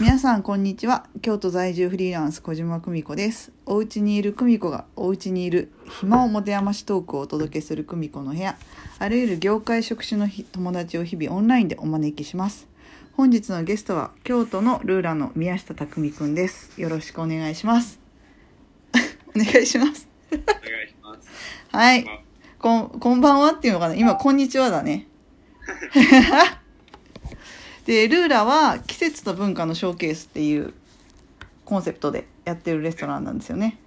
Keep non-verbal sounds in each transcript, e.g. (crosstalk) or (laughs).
皆さんこんにちは京都在住フリーランス小島久美子ですお家にいる久美子がお家にいる暇を持て余しトークをお届けする久美子の部屋あらゆる業界職種のひ友達を日々オンラインでお招きします本日のゲストは京都のルーラの宮下匠くんですよろしくお願いします (laughs) お願いしますお願いします。はいまあこん、こんばんはっていうのかな今、こんにちはだ (laughs) ね。で、ルーラは季節と文化のショーケースっていうコンセプトでやってるレストランなんですよね。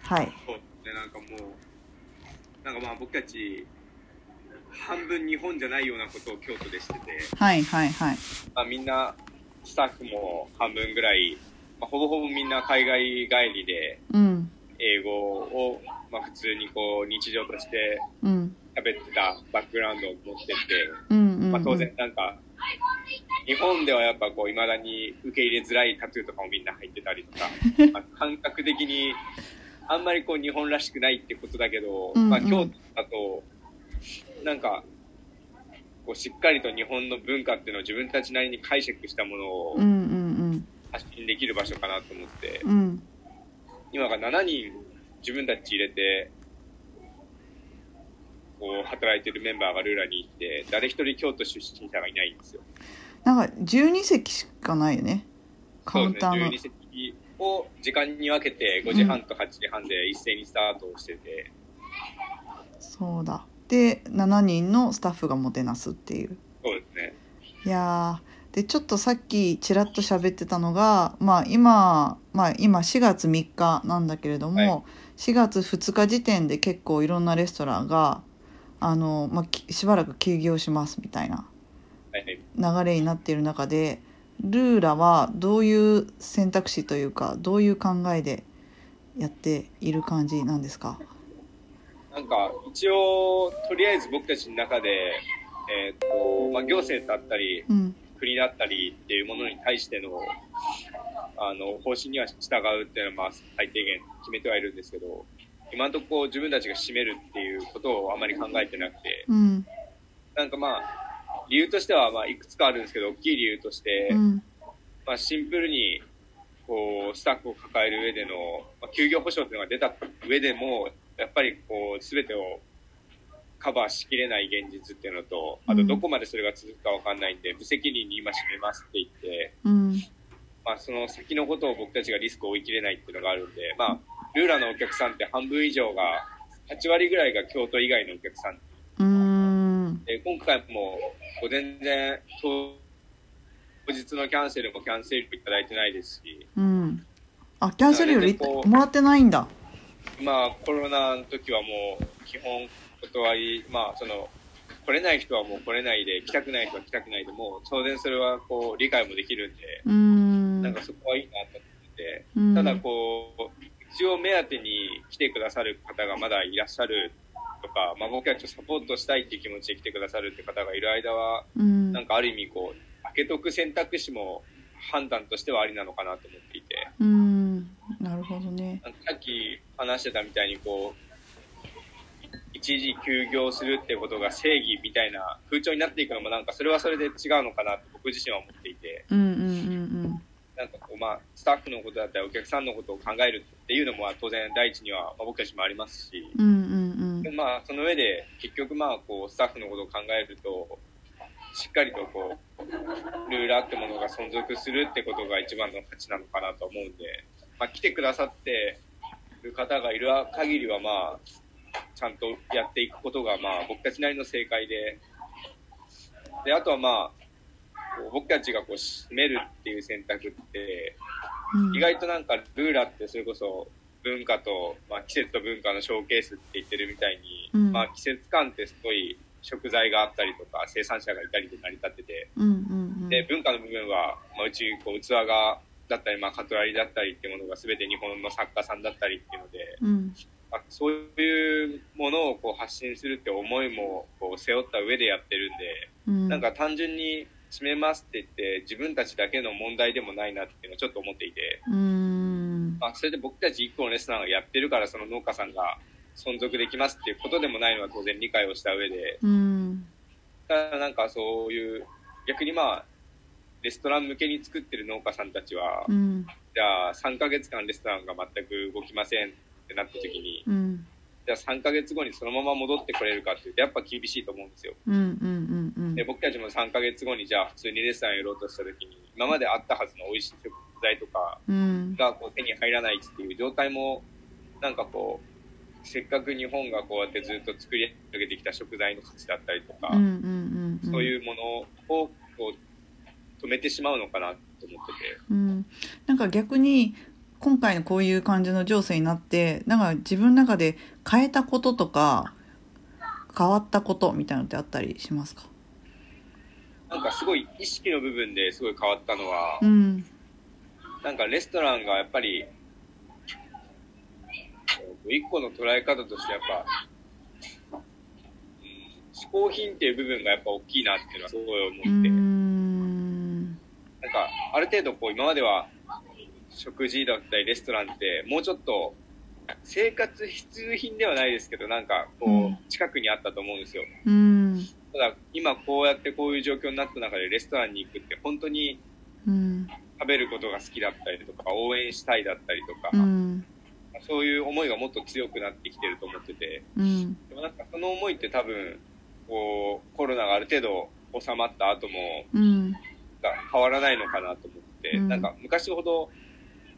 はい。そうでなんかもう、なんかまあ僕たち、半分日本じゃないようなことを京都でしてて、はいはいはい。まあ、みんな、スタッフも半分ぐらい、まあ、ほぼほぼみんな海外帰りで、うん。英語を、まあ、普通にこう日常としてうん。喋ってたバックグラウンドを持ってって、うんうん、うん。まあ、当然。なんか、日本ではやっぱこう、未だに受け入れづらいタトゥーとかもみんな入ってたり (laughs) とか、まあ感覚的に、あんまりこう、日本らしくないってことだけど、うんうんまあ、京都だと、なんか、こう、しっかりと日本の文化っていうのを自分たちなりに解釈したものをうんうん発信できる場所かなと思ってうん。う、ん。今が7人自分たち入れて、こう、働いてるメンバーがルーラに行って、誰一人京都出身者がいないんですよ。なんか、12席しかないよね。カウンターそうの。ね、12席を時間に分けて5時半と8時半で一斉にスタートをしてて、そうだ。で、7人のスタッフがもてなすっていう。そうですねいやーでちょっとさっきちらっと喋ってたのが、まあ、今、まあ、今4月3日なんだけれども、はい4月2日時点で結構いろんなレストランがあの、まあ、きしばらく休業しますみたいなはい流れになっている中でルーラはどういう選択肢というかどういう考えでやっている感じなんですかなんか一応とりあえず僕たちの中で、えーっとまあ、行政だったりうん国だったりっていうものに対してのあの方針には従うっていうのはまあ最低限決めてはいるんですけど今のところ自分たちが占めるっていうことをあまり考えてなくてうんなんかまあ理由としてはまあいくつかあるんですけど大きい理由として、うんまあ、シンプルにこうスタッフを抱える上での、まあ、休業保障というのが出た上でもやっぱりこう全てをカバーしきれない現実っていうのとあうとんどこまでそれが続くかわかんないんで無責任に今閉めますって言って、うんまあ、その先のことを僕たちがリスクを追い切れないっていうのがあるんで、まあ、ルーラのお客さんって半分以上が8割ぐらいが京都以外のお客さんうーんで今回もこう全然当当日のキャンセルもキャンセル料いただいてないですし。うんあキャンセル料りなるべくこうもらってないんだまあコロナの時はもう基本断り、まあその来れない人はもう来れないで、来たくない人は来たくないで、もう当然それはこう理解もできるんで、うーんなんかそこはいいなと思ってうて、んただこう、一応目当てに来てくださる方がまだいらっしゃるとか、まあ僕はちょっとサポートしたいっていう気持ちで来てくださるって方がいる間は、うんなんかある意味こう、開けとく選択肢も判断としてはありなのかなと思っていて。うんなるほどねなんかさっき話してたみたいにこう一時休業するってことが正義みたいな風潮になっていくのもなんかそれはそれで違うのかなって僕自身は思っていてうんうんうんなんかこうまあスタッフのことだったりお客さんのことを考えるっていうのも当然第一にはまあ僕たちもありますしうんうんうんでもまあその上で結局まあこうスタッフのことを考えるとしっかりとこうルーラーってものが存続するってことが一番の価値なのかなと思うんで、まあ、来てくださってる方がいる限りはまあちゃんとやっていくことがまあ僕たちなりの正解でであとはまあこう僕たちがこう締めるっていう選択ってうん意外となんかルーラってそれこそ文化と、まあ、季節と文化のショーケースって言ってるみたいに、うんまあ、季節感ってすごい食材があったりとか生産者がいたりで成り立っててうんうんうんで文化の部分は、まあ、うちこう器がだったり、まあ、カトラリーだったりっていうものが全て日本の作家さんだったりっていうので、うんまあ、そういうものをこう発信するって思いもこう背負った上でやってるんで、うんなんか単純に締めますって言って自分たちだけの問題でもないなっていうのをちょっと思っていて。うんまあ、それで僕たち一個のレストランがやってるからその農家さんが存続できますっていうことでもないのは当然理解をした上でうんただなんかそういう逆にまあレストラン向けに作ってる農家さんたちは、うんじゃあ3ヶ月間レストランが全く動きませんってなった時に、うんじゃあ3ヶ月後にそのまま戻ってこれるかっていうと、やっぱ厳しいと思うんですよ。うんうんうんで僕たちも3ヶ月後にじゃあ普通にレストランやろうとした時に今まであったはずの美味しい食材とかうんがこう手に入らないっていう状態もなんかこうせっかく日本がこうやってずっと作り上げてきた食材の価値だったりとか、うんうんうんそういうものをこう止めてしまうのかなと思っててうん、なんか逆に今回のこういう感じの情勢になってなんか自分の中で変えたこととか変わったことみたいなのってあったりしますかなんかすごい意識の部分ですごい変わったのはうんなんかレストランがやっぱりえー一個の捉え方としてやっぱ、うん、嗜好品っていう部分がやっぱ大きいなっていうのはすごい思って、うーんなんかある程度こう今までは食事だったりレストランってもうちょっと生活必需品ではないですけどなんかうこんう近くにあったと思うんですよ、うんただ今こうやってこういう状況になった中でレストランに行くって本当にうん食べることが好きだったりとか応援したいだったりとか、うんそういう思いがもっと強くなってきてると思ってて、うんでもなんかその思いって多分、こう、コロナがある程度収まった後も、うんが変わらないのかなと思って、うんなんか昔ほど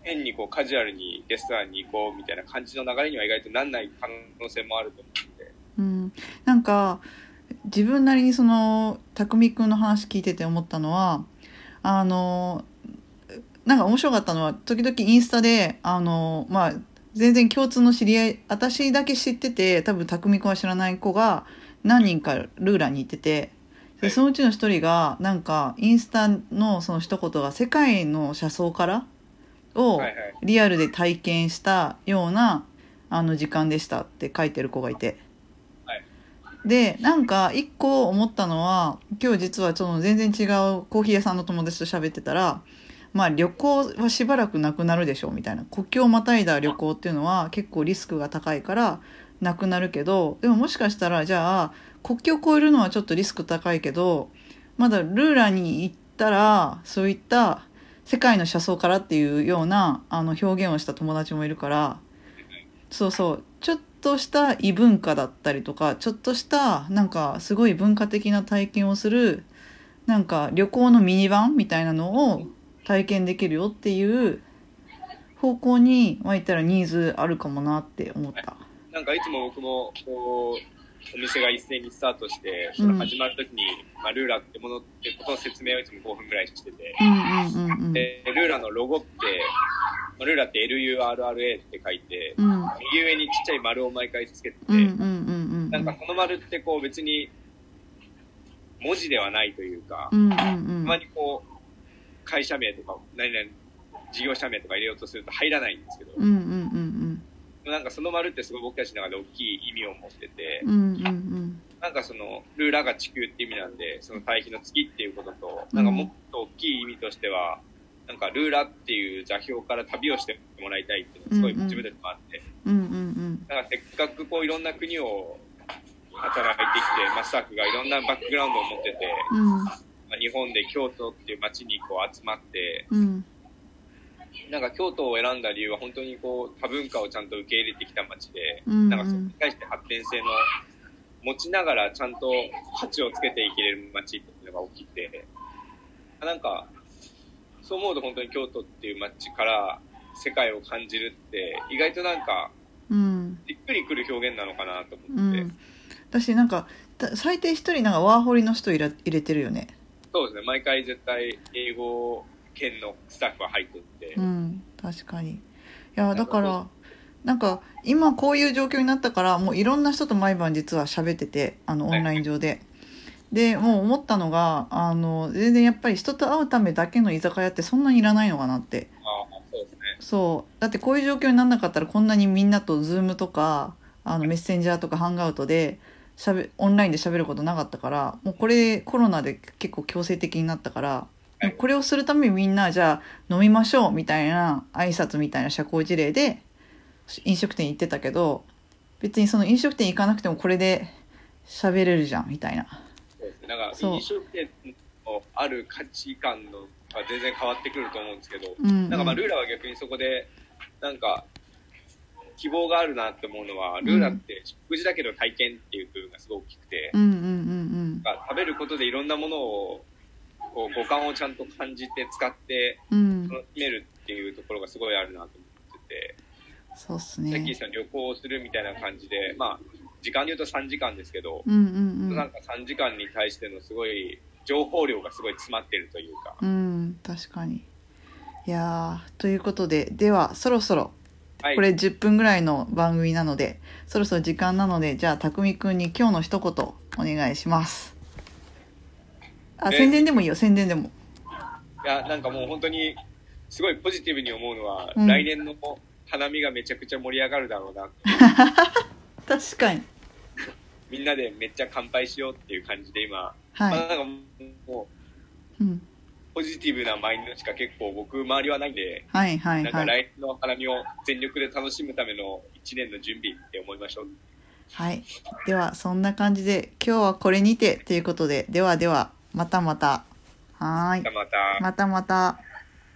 変にこうカジュアルにレストランに行こうみたいな感じの流れには意外となんない可能性もあると思って、うん、なんか自分なりにその匠くんの話聞いてて思ったのはあのなんか面白かったのは時々インスタであの、まあ、全然共通の知り合い私だけ知ってて多分匠くんは知らない子が何人かルーラに行っててはでいそのうちの一人がなんかインスタのその一言が「世界の車窓から」をはいはい。リアルで体験したようなあの時間でしたって書いてる子がいて、はいでなんか一個思ったのは今日実はその全然違うコーヒー屋さんの友達と喋ってたら、まあ、旅行はしばらくなくなるでしょうみたいな国境をまたいだ旅行っていうのは結構リスクが高いからなくなるけどでももしかしたらじゃあ国境を越えるのはちょっとリスク高いけどまだルーラーに行ったらそういった世界の車窓からっていうようなあの表現をした友達もいるからそうそうちょっとした異文化だったりとかちょっとしたなんかすごい文化的な体験をするなんか旅行のミニ版みたいなのを体験できるよっていう方向にまあ言ったらニーズあるかもなって思った。なんかいつも僕も、こう、お店が一斉にスタートして、その始まる時に、まあ、ルーラってものってことの説明をいつも5分ぐらいしてて、うんうんうんで、ルーラのロゴって、まあルーラって LURRA って書いて、うんうん右上にちっちゃい丸を毎回つけてて、うんうんうんうんなんかその丸ってこう別に文字ではないというか、うんうんたうんまにこう、会社名とか、何々、事業者名とか入れようとすると入らないんですけど、うんうんうんなんかその丸ってすごい僕たちの中で大きい意味を持ってて、うんうんうんなんかその、ルーラが地球って意味なんで、その対比の月っていうことと、なんかもっと大きい意味としては、なんかルーラっていう座標から旅をしてもらいたいっていうのがすごいうんうん自分たちもあって、うんうんなんかせっかくこういろんな国を働いてきて、まあ、スタッフがいろんなバックグラウンドを持ってて、うんまあ、日本で京都っていう街にこう集まって、うんなんか京都を選んだ理由は本当にこう多文化をちゃんと受け入れてきた街で、うんなんかそれに対して発展性の持ちながらちゃんと価値をつけていけれる街っていうのが大きくて、なんか、そう思うと本当に京都っていう街から世界を感じるって、意外となんか、うんびっくりくる表現なのかなと思うって、ん私なんかた最低一人なんかワーホリの人いら入れてるよねそうですね、毎回絶対英語圏のスタッフは入ってって、うん確かにいやだからなんか今こういう状況になったからもういろんな人と毎晩実は喋っててあのオはいンライン上で。でもう思ったのがあの全然やっぱり人と会うためだけの居酒屋ってそんなにいらないのかなってああ、そうですね。そうだってこういう状況にならなかったらこんなにみんなと Zoom とかあのメッセンジャーとかハンガウトでしゃべオンラインで喋ることなかったからもうこれコロナで結構強制的になったからでもこれをするためにみんなじゃあ飲みましょうみたいな挨拶みたいな社交辞令で飲食店行ってたけど別にその飲食店行かなくてもこれで喋れるじゃんみたいな。そうですね。なんかそう飲食店のある価値観のは全然変わってくると思うんですけど、うんなんかまあルーラは逆にそこで、なんか、希望があるなって思うのは、ルーラって食事だけど体験っていう部分がすごく大きくて、うんうんうんなんか食べることでいろんなものを、こう五感をちゃんと感じて使ってうんうん楽しめるっていうところがすごいあるなと思ってて、そうっすさっきねさ旅行をするみたいな感じで、まあ、時間で言うと3時間ですけど、うんうんうなんんか3時間に対してのすごい情報量がすごい詰まってるというか、うん確かにいやーということでではそろそろはい、これ10分ぐらいの番組なのでそろそろ時間なのでじゃあたくみくんに今日の一言お願いしますあえ宣伝でもいいよ宣伝でもいやなんかもう本当にすごいポジティブに思うのは、うん来年の花見がめちゃくちゃ盛り上がるだろうな、確かにみんなでめっちゃ乾杯しようっていう感じで今、はまあ、い、なんかもうん、うポジティブなマインドしか結構僕周りはないんで、はいはいなんかはい来年の花見を全力で楽しむための1年の準備って思いましょう。はいではそんな感じで今日はこれにてということでではではまたまたはーいじゃあまたまたまた。